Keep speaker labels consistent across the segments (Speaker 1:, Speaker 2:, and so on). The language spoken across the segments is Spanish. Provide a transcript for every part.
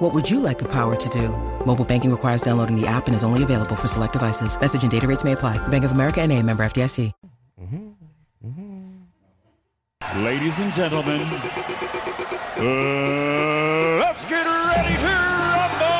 Speaker 1: What would you like the power to do? Mobile banking requires downloading the app and is only available for select devices. Message and data rates may apply. Bank of America and a member FDIC.
Speaker 2: Ladies and gentlemen, uh, let's get ready to rumble!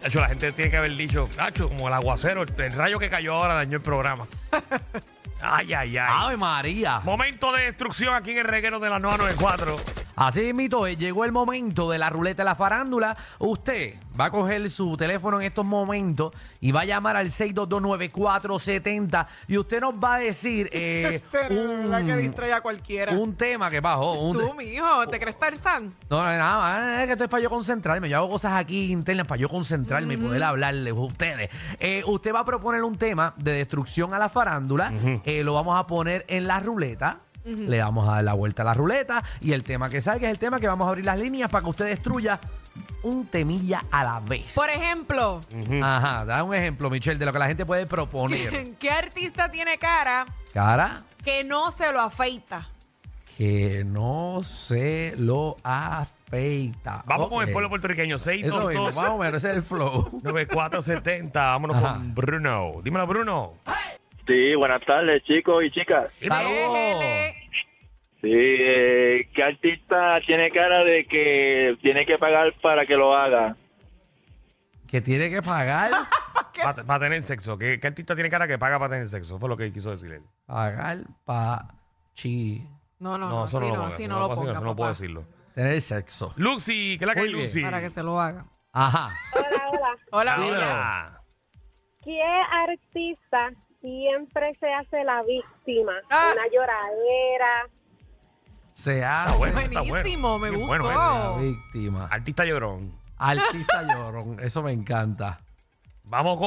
Speaker 3: De hecho, la gente tiene que haber dicho, Nacho, como el aguacero, el, el rayo que cayó ahora dañó el programa. ay, ay, ay.
Speaker 4: Ave María.
Speaker 3: Momento de destrucción aquí en el reguero de la 994.
Speaker 4: Así mito, llegó el momento de la ruleta de la farándula. Usted va a coger su teléfono en estos momentos y va a llamar al 6229470 y usted nos va a decir eh,
Speaker 5: Este, de verdad que
Speaker 4: un,
Speaker 5: distrae a cualquiera.
Speaker 4: un tema que bajó. Un,
Speaker 5: Tú, mijo, ¿te crees Tarzán?
Speaker 4: no, no, nada más, es que esto es para yo concentrarme. Yo hago cosas aquí internas para yo concentrarme y poder hablarles a ustedes. Eh, usted va a proponer un tema de destrucción a la farándula. Eh, lo vamos a poner en la ruleta. Le vamos a dar la vuelta a la ruleta. Y el tema que salga es el tema que vamos a abrir las líneas para que usted destruya un temilla a la vez.
Speaker 5: Por ejemplo,
Speaker 4: Ajá, da un ejemplo, Michelle, de lo que la gente puede proponer.
Speaker 5: ¿qué artista tiene cara
Speaker 4: Cara,
Speaker 5: que no se lo afeita?
Speaker 4: que no se lo afeita.
Speaker 3: Vamos con
Speaker 4: Ok.
Speaker 3: el pueblo puertorriqueño,
Speaker 4: Eso mismo,
Speaker 3: 622
Speaker 4: más o menos, ese es el flow.
Speaker 3: 9470. Vámonos
Speaker 4: Ajá.
Speaker 3: con Bruno. Dímelo, Bruno.
Speaker 6: Sí, buenas tardes, chicos y chicas.
Speaker 4: Saludos.
Speaker 5: Déjele.
Speaker 6: Sí, eh, ¿qué artista tiene cara de que tiene que pagar para que lo haga?
Speaker 4: que tiene que pagar,
Speaker 3: Para tener sexo. ¿Qué, qué artista tiene cara que paga para tener sexo? Fue lo que quiso decir él.
Speaker 4: pagar para chi,
Speaker 5: No, no, no, así
Speaker 3: eso
Speaker 5: no,
Speaker 3: lo ponga,
Speaker 5: así
Speaker 3: eso
Speaker 5: no lo
Speaker 3: puedo decir,
Speaker 5: ponga,
Speaker 3: eso no puedo
Speaker 5: papá,
Speaker 3: decirlo.
Speaker 4: tener sexo.
Speaker 3: Lucy, ¿qué es la que hay,
Speaker 4: Muy bien.
Speaker 3: Lucy?
Speaker 5: Para que se lo haga.
Speaker 4: Ajá.
Speaker 7: Hola, hola.
Speaker 5: Hola, bella.
Speaker 3: Hola.
Speaker 7: ¿Qué artista siempre se hace la víctima?
Speaker 5: Ah.
Speaker 7: Una lloradera.
Speaker 4: Se
Speaker 3: Está
Speaker 4: hace
Speaker 3: bueno, está bueno.
Speaker 5: Buenísimo, me
Speaker 3: Muy
Speaker 5: gustó.
Speaker 3: bueno ese.
Speaker 4: la víctima.
Speaker 3: Artista llorón.
Speaker 4: Artista llorón, eso me encanta.
Speaker 3: Vamos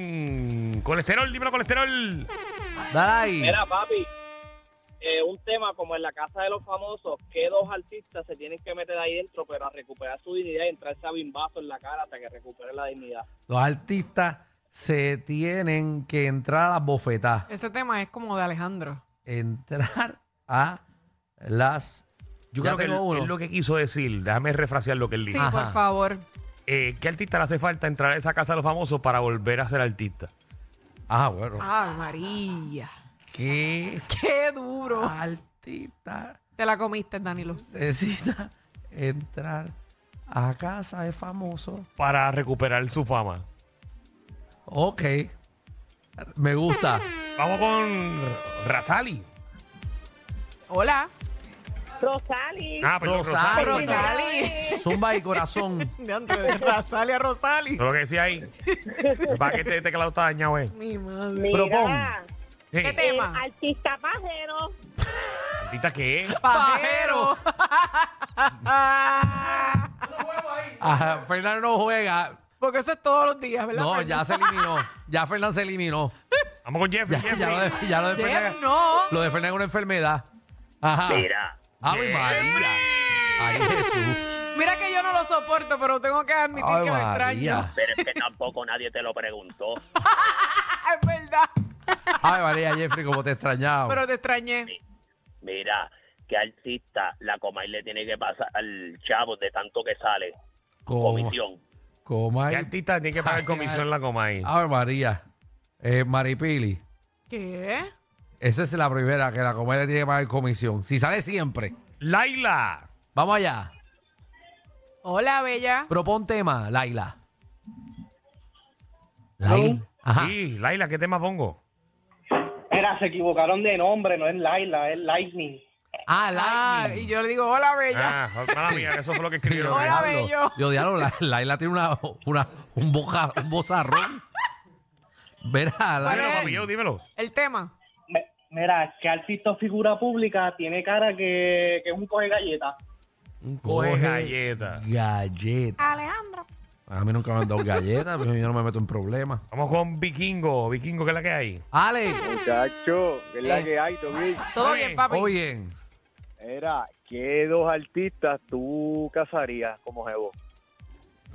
Speaker 3: con colesterol, dímelo colesterol.
Speaker 4: Dale ahí.
Speaker 8: Mira, papi, eh, un tema como en la casa de los famosos, que dos artistas se tienen que meter ahí dentro, pero a recuperar su dignidad y entrarse a bimbazo en la cara hasta que recupere la dignidad.
Speaker 4: Los artistas se tienen que entrar a las bofetadas.
Speaker 5: Ese tema es como de Alejandro.
Speaker 4: Entrar a las.
Speaker 3: Yo
Speaker 4: Ya
Speaker 3: creo que él,
Speaker 4: tengo uno.
Speaker 3: él lo que quiso decir, déjame refrasear lo que él
Speaker 5: Sí, Ah.
Speaker 3: dijo.
Speaker 5: por favor.
Speaker 3: Eh, ¿Qué artista le hace falta entrar a esa casa de los famosos para volver a ser artista?
Speaker 4: Ah, bueno.
Speaker 5: Ay, María.
Speaker 4: ¿Qué
Speaker 5: Qué duro.
Speaker 4: artista
Speaker 5: Te la comiste, Danilo.
Speaker 4: necesita entrar a casa de famoso?
Speaker 3: Para recuperar su fama.
Speaker 4: Ok. Me gusta.
Speaker 3: Vamos con Razali.
Speaker 5: Hola.
Speaker 7: Rosali.
Speaker 3: Ah, perdón, Rosali.
Speaker 4: Rosali.
Speaker 5: Rosali.
Speaker 4: Zumba y corazón.
Speaker 5: De antes de Razali a Rosali.
Speaker 3: Eso es lo que decía ahí. ¿Para qué este teclado está dañado, eh?
Speaker 5: Mi madre.
Speaker 7: Mira,
Speaker 4: Propón.
Speaker 3: Sí.
Speaker 5: ¿Qué
Speaker 7: el
Speaker 5: tema?
Speaker 7: artista pajero.
Speaker 3: ¿Artista qué es?
Speaker 5: Pajero.
Speaker 4: Ajá, Ah, Fernando no juega.
Speaker 5: Porque eso es todos los días, ¿verdad?
Speaker 4: No, ya se eliminó. Ya Fernán se eliminó.
Speaker 3: Vamos con Jeffrey.
Speaker 4: Ya,
Speaker 3: Jeffrey.
Speaker 4: ya lo de, ya lo de
Speaker 5: Jeff,
Speaker 4: Fernán.
Speaker 5: no.
Speaker 4: Lo de Fernán es una enfermedad. Ajá.
Speaker 6: Ah. Mira.
Speaker 4: Ay, María. Ay, Jesús.
Speaker 5: Mira que yo no lo soporto, pero tengo que admitir
Speaker 4: Ay,
Speaker 5: que lo extraño.
Speaker 4: María.
Speaker 6: Pero es que tampoco nadie te lo preguntó.
Speaker 5: Ah, es verdad.
Speaker 4: Ay, María, Jeffrey, como te extrañaba.
Speaker 5: Pero te extrañé.
Speaker 6: Mira, ¿qué artista la Comay le tiene que pasar al chavo de tanto que sale?
Speaker 4: Coma.
Speaker 6: Comisión.
Speaker 4: Coma.
Speaker 3: ¿Qué artista tiene que
Speaker 4: Ah,
Speaker 3: pagar comisión en la coma ahí?
Speaker 4: Ave María. Eh, Maripili.
Speaker 5: ¿Qué?
Speaker 4: Esa es la primera que la comedia tiene que pagar comisión. Si sale siempre.
Speaker 3: Laila.
Speaker 4: Vamos allá.
Speaker 5: Hola, bella.
Speaker 4: Propon tema, Laila. Laila. Ajá.
Speaker 3: Sí, Laila, ¿qué tema pongo?
Speaker 8: Mira, se equivocaron de nombre, no es Laila, es Lightning.
Speaker 4: Ah,
Speaker 5: Ah,
Speaker 4: Laila.
Speaker 5: y yo le digo, hola, bella.
Speaker 3: Ah, mala mía, que eso fue lo que escribieron.
Speaker 5: Hola,
Speaker 4: diablo,
Speaker 5: bello.
Speaker 4: Yo diablo, la- Laila tiene una, una, un, boja, un bozarrón. Verá,
Speaker 3: Dímelo,
Speaker 5: Bueno,
Speaker 4: Laila.
Speaker 3: papi, yo, dímelo.
Speaker 5: El tema.
Speaker 8: Me- Mira, ¿qué artista o figura pública tiene cara que, que es un coge galleta?
Speaker 3: Coge galleta.
Speaker 4: Galleta.
Speaker 9: ah.
Speaker 5: Alejandro.
Speaker 4: A mí nunca me han dado galletas, mijo, yo no me meto en problemas.
Speaker 3: Vamos con Vikingo. Vikingo, ¿qué es la que hay?
Speaker 4: Ale,
Speaker 6: Muchacho, ¿qué es la que hay, Tommy?
Speaker 5: Todo bien, papi.
Speaker 4: oye,
Speaker 6: Era, ¿qué dos artistas tú casarías como jevo?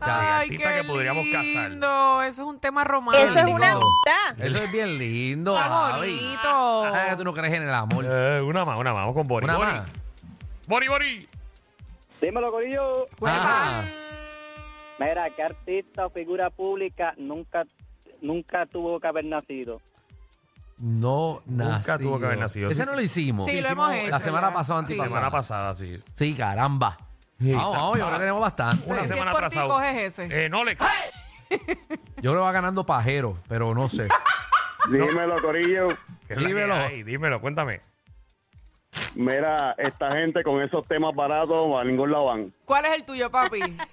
Speaker 5: Ay, qué
Speaker 3: artista que podríamos casar.
Speaker 5: lindo. Eso es un tema romántico.
Speaker 9: Eso es una
Speaker 4: Lindo.
Speaker 9: puta.
Speaker 4: eso es bien lindo.
Speaker 5: Está
Speaker 4: Javi.
Speaker 5: bonito.
Speaker 4: Ah, que tú no crees en el amor.
Speaker 3: Eh, una más, una más. Vamos con Bori.
Speaker 4: Una
Speaker 3: Bori.
Speaker 4: más.
Speaker 3: Bori, Bori.
Speaker 6: Dímelo, Corillo.
Speaker 5: Pues, ah,
Speaker 4: Ajá.
Speaker 8: Mira, ¿qué artista o figura pública nunca, nunca tuvo que haber nacido?
Speaker 4: No
Speaker 3: Nunca
Speaker 4: nacido.
Speaker 3: tuvo que haber nacido.
Speaker 4: Ese no lo hicimos.
Speaker 5: Sí, lo
Speaker 4: Hicimos
Speaker 5: hemos hecho.
Speaker 4: La semana
Speaker 5: ya.
Speaker 4: pasada,
Speaker 5: Sí.
Speaker 3: La
Speaker 4: antipasada.
Speaker 3: semana pasada, sí.
Speaker 4: Sí, caramba.
Speaker 3: Sí,
Speaker 4: vamos, vamos, yo
Speaker 3: caramba.
Speaker 4: creo que tenemos bastante.
Speaker 3: Una
Speaker 5: Si es
Speaker 3: semana
Speaker 5: por ti,
Speaker 3: atrasado.
Speaker 5: coges ese.
Speaker 3: Eh,
Speaker 10: Ah,
Speaker 3: Nolex.
Speaker 4: Yo creo que va ganando pajero, pero no sé.
Speaker 10: Dímelo, Corillo.
Speaker 3: ¿qué es la que
Speaker 4: dímelo.
Speaker 3: hay? dímelo, cuéntame.
Speaker 10: Mira, esta gente con esos temas baratos a ningún lado van.
Speaker 5: ¿Cuál es el tuyo, papi?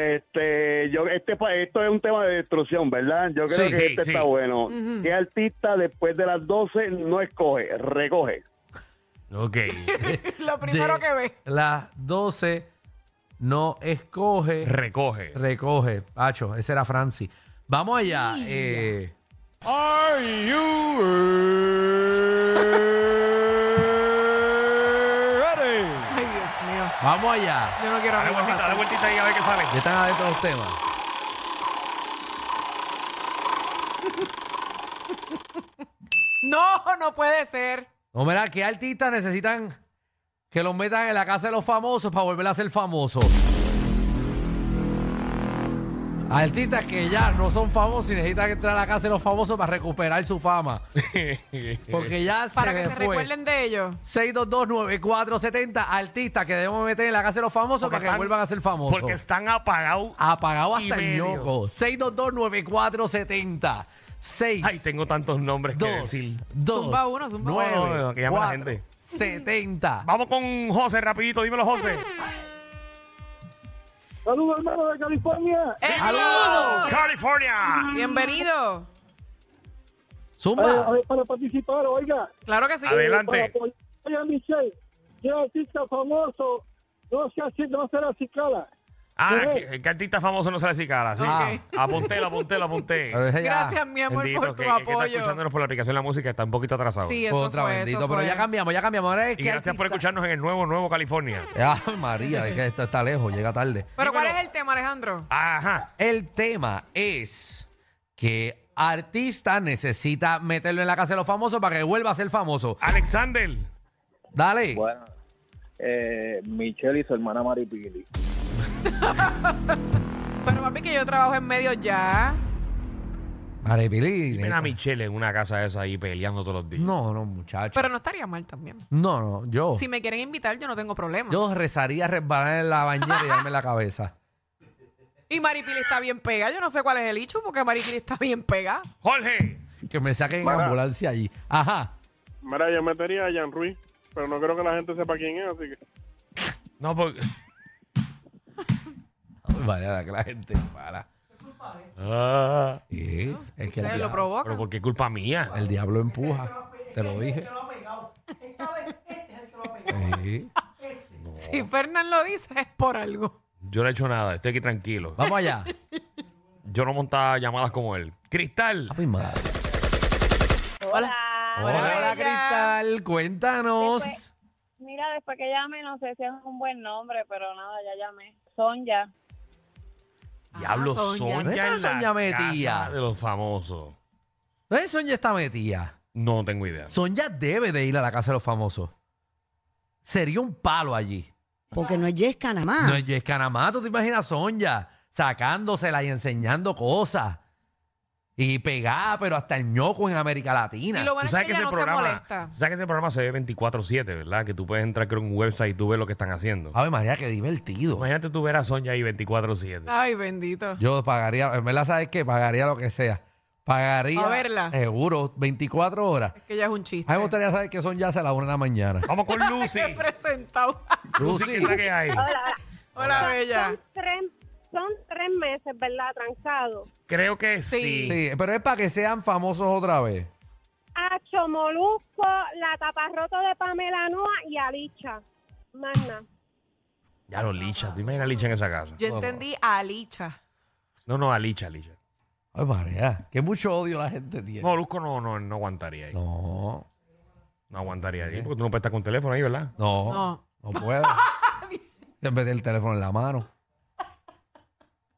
Speaker 10: Este, yo, este, pa-
Speaker 6: pues,
Speaker 10: esto es un tema de destrucción, ¿verdad? Yo creo
Speaker 4: Sí,
Speaker 10: que este
Speaker 3: sí.
Speaker 10: está bueno. ¿Qué artista después de las 12 no escoge, recoge?
Speaker 3: Ok.
Speaker 5: Lo primero
Speaker 4: De
Speaker 5: que ves.
Speaker 4: Las 12 no escoge,
Speaker 3: Recoge.
Speaker 4: recoge. Pacho, ese era Francis. Vamos allá. eh,
Speaker 2: Are you ready?
Speaker 5: Ay, Dios mío.
Speaker 4: vamos allá.
Speaker 5: Yo no quiero
Speaker 3: Dale
Speaker 5: amigos
Speaker 3: vueltita, dale
Speaker 5: así.
Speaker 3: vueltita ahí a ver qué sale.
Speaker 4: Ya están adentro los temas.
Speaker 5: No, no puede ser.
Speaker 4: No, mira, ¿qué artistas necesitan que los metan en la casa de los famosos para volver a ser famosos? Artistas que ya no son famosos y necesitan entrar a la casa de los famosos para recuperar su fama. Porque ya
Speaker 5: Para
Speaker 4: se
Speaker 5: que
Speaker 4: me
Speaker 5: se
Speaker 4: fue.
Speaker 5: recuerden de ellos.
Speaker 4: 6229470 artistas que debemos meter en la casa de los famosos para que
Speaker 3: están-
Speaker 4: vuelvan a ser famosos.
Speaker 3: Porque están apagados.
Speaker 4: Apagado
Speaker 3: y
Speaker 4: hasta el
Speaker 3: medio.
Speaker 4: ñoco. 6229470. 6
Speaker 3: Ay, tengo tantos nombres que
Speaker 4: dos,
Speaker 3: decir.
Speaker 4: dos,
Speaker 5: Zumba uno, zumba
Speaker 4: nueve,
Speaker 3: uno. No, no, que llame la
Speaker 4: cuatro,
Speaker 3: gente.
Speaker 4: 70.
Speaker 3: Vamos con José rapidito, dímelo José.
Speaker 6: Saludos, hermano de California.
Speaker 5: ¡Eso!
Speaker 3: California.
Speaker 5: Bienvenido.
Speaker 4: Zumba.
Speaker 6: para participar, oiga.
Speaker 5: Claro que sí.
Speaker 3: Adelante.
Speaker 6: Oiga, Michelle, ¿qué artista famoso no se hace, no será cicala?
Speaker 3: Ah, que, que artista famoso no sale así cara. Sí.
Speaker 4: Ah.
Speaker 3: Apontelo, apontelo, aponté.
Speaker 4: Pero ese ya-
Speaker 5: Gracias, mi amor, por
Speaker 3: que,
Speaker 5: tu
Speaker 3: que está
Speaker 5: apoyo.
Speaker 3: escuchándonos por la aplicación de la música, está un poquito atrasado.
Speaker 5: sí, eso
Speaker 4: Contra
Speaker 5: fue,
Speaker 4: bendito,
Speaker 5: eso
Speaker 4: pero
Speaker 5: fue.
Speaker 4: ya cambiamos, ya cambiamos. Ahora es
Speaker 3: Y
Speaker 4: que
Speaker 3: gracias por
Speaker 4: artista-
Speaker 3: escucharnos en el nuevo, nuevo California.
Speaker 4: Ah, María, es que esto está lejos, llega tarde.
Speaker 5: Pero ¿cuál es
Speaker 3: Dímelo.
Speaker 5: el tema, Alejandro?
Speaker 3: Ajá.
Speaker 4: El tema es que artista necesita meterlo en la casa de los famosos para que vuelva a ser famoso.
Speaker 3: Alexander.
Speaker 4: Dale.
Speaker 6: Bueno, eh, Michelle y su hermana Maripili.
Speaker 5: Pero papi, que yo trabajo en medio ya.
Speaker 4: Maripili.
Speaker 3: Ven a Michelle en una casa esa ahí peleando todos los días.
Speaker 4: No, no, muchacho.
Speaker 5: Pero no estaría mal también.
Speaker 4: no, no, yo.
Speaker 5: Si me quieren invitar, yo no tengo problema.
Speaker 4: Yo rezaría resbalar en la bañera y darme en la cabeza.
Speaker 5: Y Maripili está bien pega. Yo no sé cuál es el hecho porque Maripili está bien pega.
Speaker 3: Jorge.
Speaker 4: Que me saquen en
Speaker 10: Mara.
Speaker 4: ambulancia allí. Ajá.
Speaker 10: Mira, yo metería a Jan Ruiz, pero no creo que la gente sepa quién es, así que...
Speaker 3: No, porque.
Speaker 4: Ay, Vaya, que la gente para.
Speaker 3: Ah,
Speaker 4: Sí, es que el
Speaker 5: Ustedes lo
Speaker 4: diablo,
Speaker 5: provocan.
Speaker 3: pero porque es culpa mía.
Speaker 4: el diablo empuja. Te lo dije. Sí.
Speaker 5: Si Fernán lo dice, es por algo.
Speaker 3: Yo no he hecho nada, estoy aquí tranquilo.
Speaker 4: Vamos allá.
Speaker 3: Yo no montaba llamadas como él. Cristal.
Speaker 4: Ay, madre.
Speaker 5: Hola.
Speaker 4: Hola,
Speaker 5: Hola,
Speaker 4: hola,
Speaker 5: bella.
Speaker 4: Cristal. Cuéntanos.
Speaker 7: Después- Mira, después que llame, no sé si es un buen nombre, pero nada, ya llamé. Sonja.
Speaker 3: Diablo,
Speaker 5: Ah, Sonia.
Speaker 3: Sonia.
Speaker 4: ¿Dónde está
Speaker 3: en la
Speaker 4: Sonia metida?
Speaker 3: casa de los famosos.
Speaker 4: ¿Dónde Sonia está metida?
Speaker 3: No tengo idea.
Speaker 4: Sonia debe de ir a la casa de los famosos. Sería un palo allí.
Speaker 9: Porque no es Yesca nada
Speaker 7: Ah.
Speaker 9: más.
Speaker 4: No es Yesca nada más, ¿Tú te imaginas a Sonia sacándosela y enseñando cosas? Y pegada, pero hasta el ñoco en América Latina.
Speaker 5: Y lo bueno
Speaker 3: Tú
Speaker 5: es
Speaker 3: sabes
Speaker 5: que,
Speaker 3: que
Speaker 5: ella
Speaker 3: ese
Speaker 5: no se
Speaker 3: programa,
Speaker 5: molesta.
Speaker 3: tú sabes que ese programa se ve 24/7, ¿verdad? Que tú puedes entrar creo en un website y tú ves lo que están haciendo.
Speaker 4: Ave María, qué divertido.
Speaker 3: Imagínate tú ver a Sonia ahí 24/7.
Speaker 5: Ay, bendito.
Speaker 4: Yo pagaría, en verdad, ¿sabes qué? Pagaría lo que sea. Pagaría.
Speaker 5: A verla.
Speaker 4: Seguro, 24 horas.
Speaker 5: Es que ella es un chiste.
Speaker 4: A mí me gustaría saber que son ya a la una de la mañana.
Speaker 3: Vamos con Lucy.
Speaker 5: Qué presentado.
Speaker 3: Lucy, ¿qué
Speaker 4: Lucy,
Speaker 3: es la que hay?
Speaker 5: Hola, bella.
Speaker 7: Son tres, son tres meses, ¿verdad? Trancado.
Speaker 3: Creo que sí.
Speaker 5: Sí.
Speaker 4: sí, pero es para que sean famosos otra vez.
Speaker 7: Acho Molusco, la taparroto de Pamela Noa y Alicha. Magna.
Speaker 3: Ya lo licha. ¿Tú imaginas a licha en esa casa?
Speaker 5: Yo entendí a Alicha.
Speaker 3: No, no, Alicia, Alicia.
Speaker 4: Ay, María, que mucho odio la gente tiene.
Speaker 3: Molusco no, no, no aguantaría ahí. No,
Speaker 4: No,
Speaker 3: aguantaría ahí. Porque tú no puedes estar con teléfono ahí, ¿verdad?
Speaker 4: no, no,
Speaker 5: No.
Speaker 4: puedo. En vez del teléfono en la mano.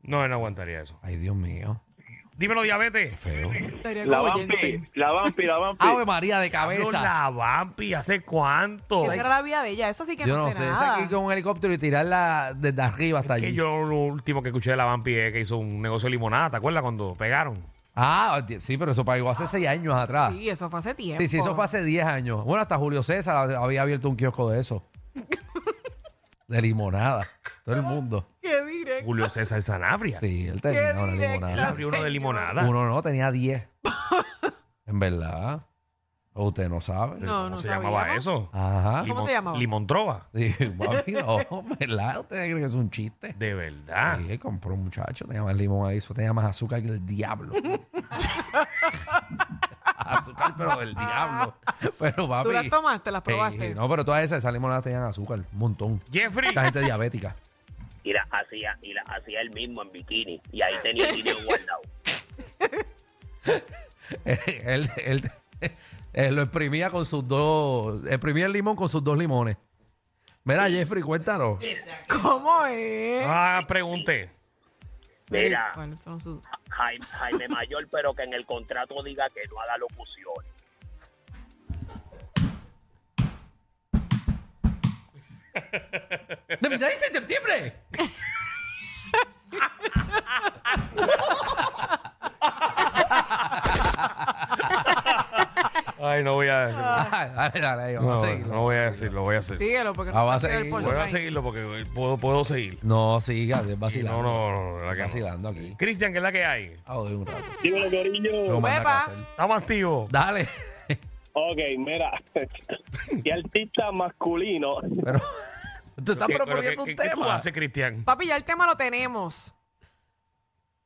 Speaker 3: No, él no aguantaría eso.
Speaker 4: Ay, Dios mío.
Speaker 3: Dímelo,
Speaker 4: Qué
Speaker 3: diabetes.
Speaker 4: feo.
Speaker 5: Estaría
Speaker 6: La
Speaker 5: como
Speaker 6: vampi,
Speaker 5: Jensen.
Speaker 6: la vampi, la vampi.
Speaker 4: Ave María de
Speaker 3: Hablo
Speaker 4: cabeza.
Speaker 3: La vampi, ¿hace cuánto?
Speaker 5: Esa era la vida de ella. Esa sí que
Speaker 4: Oh, Yo
Speaker 5: no,
Speaker 4: no
Speaker 5: sé,
Speaker 4: sé, es
Speaker 5: nada.
Speaker 4: aquí con un helicóptero y tirarla desde arriba hasta
Speaker 3: Que
Speaker 4: allí.
Speaker 3: yo lo último que escuché de la vampi es que hizo un negocio de limonada, ¿te acuerdas? Cuando pegaron.
Speaker 4: Ah, ti- sí, pero eso pagó hace seis años atrás.
Speaker 5: Sí, eso fue hace tiempo.
Speaker 4: Sí, sí, eso fue hace 10 años. Bueno, hasta Julio César había abierto un kiosco de eso. de limonada. Todo el mundo.
Speaker 5: Qué directo.
Speaker 3: Julio César Sanabria.
Speaker 4: Sí, él tenía una
Speaker 5: directa.
Speaker 3: Él
Speaker 4: limonada.
Speaker 3: abrió uno de limonada.
Speaker 4: Uno no, tenía 10. en verdad. O usted no sabe.
Speaker 5: No,
Speaker 3: ¿Cómo
Speaker 5: no
Speaker 3: se llamaba
Speaker 5: sabíamos.
Speaker 3: eso?
Speaker 4: Ajá.
Speaker 5: ¿Cómo se llamaba?
Speaker 3: Limontrova.
Speaker 4: Sí, papi, no, ¿verdad? ¿Ustedes creen que es un chiste?
Speaker 3: De
Speaker 5: Ah.
Speaker 3: verdad.
Speaker 4: Sí, él compró un muchacho, tenía más limón ahí, eso tenía más azúcar que el diablo. azúcar, pero del diablo. Pero papi.
Speaker 5: ¿Tú las tomaste? ¿Las
Speaker 4: Ey,
Speaker 5: probaste?
Speaker 4: no, pero todas esas, esas limonadas tenían azúcar, un montón.
Speaker 3: Jeffrey.
Speaker 4: Esta gente diabética.
Speaker 8: Y la hacía, y la hacía él mismo en bikini. Y ahí tenía el dinero guardado.
Speaker 4: él, él- él lo exprimía con sus dos. Exprimía el limón con sus dos limones. Mira, Jeffrey, cuéntanos.
Speaker 5: ¿Cómo es?
Speaker 3: Ah, pregunté.
Speaker 8: Mira.
Speaker 5: Bueno, esto no su-
Speaker 8: Jaime, Jaime Mayor, pero que en el contrato diga que no haga locuciones.
Speaker 4: ¡De verdad dice septiembre!
Speaker 3: Ay, no voy a decirlo.
Speaker 4: Ay, Ah, dale, dale, ahí, vamos
Speaker 3: No,
Speaker 4: a seguirlo.
Speaker 3: no voy a decirlo, voy a hacer.
Speaker 5: Síguelo porque
Speaker 4: Ah,
Speaker 5: no
Speaker 4: va a
Speaker 5: puedes
Speaker 4: seguir. Voy
Speaker 5: el
Speaker 3: Voy a
Speaker 5: punchline.
Speaker 3: seguir porque puedo, puedo seguir.
Speaker 4: No, siga, es
Speaker 3: Sí,
Speaker 4: vacilando.
Speaker 3: no, no, no, no, la que no.
Speaker 4: vacilando aquí.
Speaker 3: Cristian, ¿qué es la que hay?
Speaker 4: Ah, doy un rato.
Speaker 6: Dímelo, cariño.
Speaker 4: Tengo más nada que
Speaker 5: Pepa.
Speaker 4: hacer.
Speaker 3: Estamos activos.
Speaker 4: Dale.
Speaker 6: Ok, mira. ¿Qué artista masculino?
Speaker 4: Pero te estás
Speaker 3: ¿Qué- pero
Speaker 4: proponiendo
Speaker 3: qué-
Speaker 4: un
Speaker 3: qué- ¿Qué tú
Speaker 4: tema.
Speaker 3: haces, Cristian?
Speaker 5: Papi, ya el tema lo tenemos.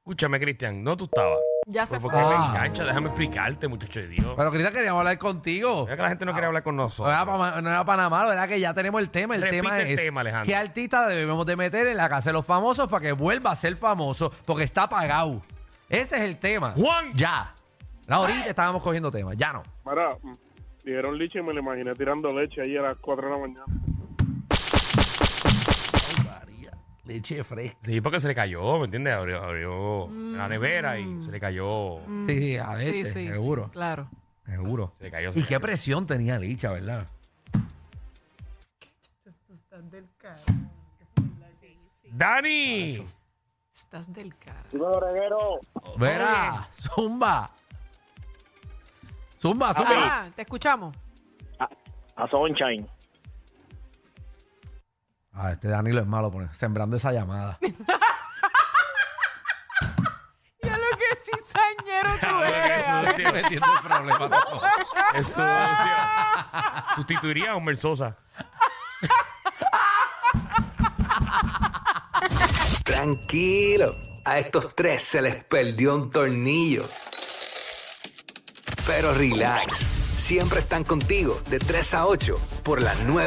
Speaker 3: Escúchame, Cristian, no tú estabas.
Speaker 5: Ya se
Speaker 3: Pero
Speaker 5: fue.
Speaker 3: porque me
Speaker 4: Ah.
Speaker 3: engancha, déjame explicarte, muchacho de Dios.
Speaker 4: Pero Cristian, queríamos hablar contigo.
Speaker 3: Mira que la gente no quiere hablar con
Speaker 4: No
Speaker 3: nosotros.
Speaker 4: era, pa- no era para nada malo, era que ya tenemos el tema. El
Speaker 3: Repite
Speaker 4: tema
Speaker 3: el
Speaker 4: es
Speaker 3: tema, Alejandro.
Speaker 4: qué artista debemos de meter en la casa de los famosos para que vuelva a ser famoso, porque está pagado. Ese es el tema.
Speaker 3: Juan.
Speaker 4: Ya. La ahorita estábamos cogiendo temas, ya no.
Speaker 11: Mira, mm, dijeron leche y me lo imaginé tirando leche ahí a las 4 de la mañana.
Speaker 4: Leche fresca.
Speaker 3: Sí, porque se le cayó, ¿me entiendes? Abrió, abrió la nevera y se le cayó.
Speaker 4: Sí, sí, a
Speaker 5: Sí,
Speaker 4: leche,
Speaker 5: sí, sí,
Speaker 4: seguro.
Speaker 5: claro.
Speaker 4: Seguro.
Speaker 3: Se le cayó. se
Speaker 4: Y
Speaker 3: le
Speaker 4: qué
Speaker 3: cayó.
Speaker 4: presión tenía Licha, ¿verdad?
Speaker 3: ¡Dani!
Speaker 5: Estás del cara.
Speaker 6: Dímelo, reguero.
Speaker 4: Verá, zumba. Zumba, zumba.
Speaker 5: Ah, te escuchamos.
Speaker 6: A Sunshine.
Speaker 4: Ah, este Danilo es malo, pone, sembrando esa llamada.
Speaker 5: Ya lo que es cizañero tú eres.
Speaker 3: Eso
Speaker 5: Ale.
Speaker 3: es sucio.
Speaker 4: entiendo el problema. tampoco.
Speaker 3: Eso es sucio. Sustituiría a Homer Sosa.
Speaker 12: Tranquilo, a estos tres se les perdió un tornillo. Pero relax, siempre están contigo de 3 a 8 por la nueva.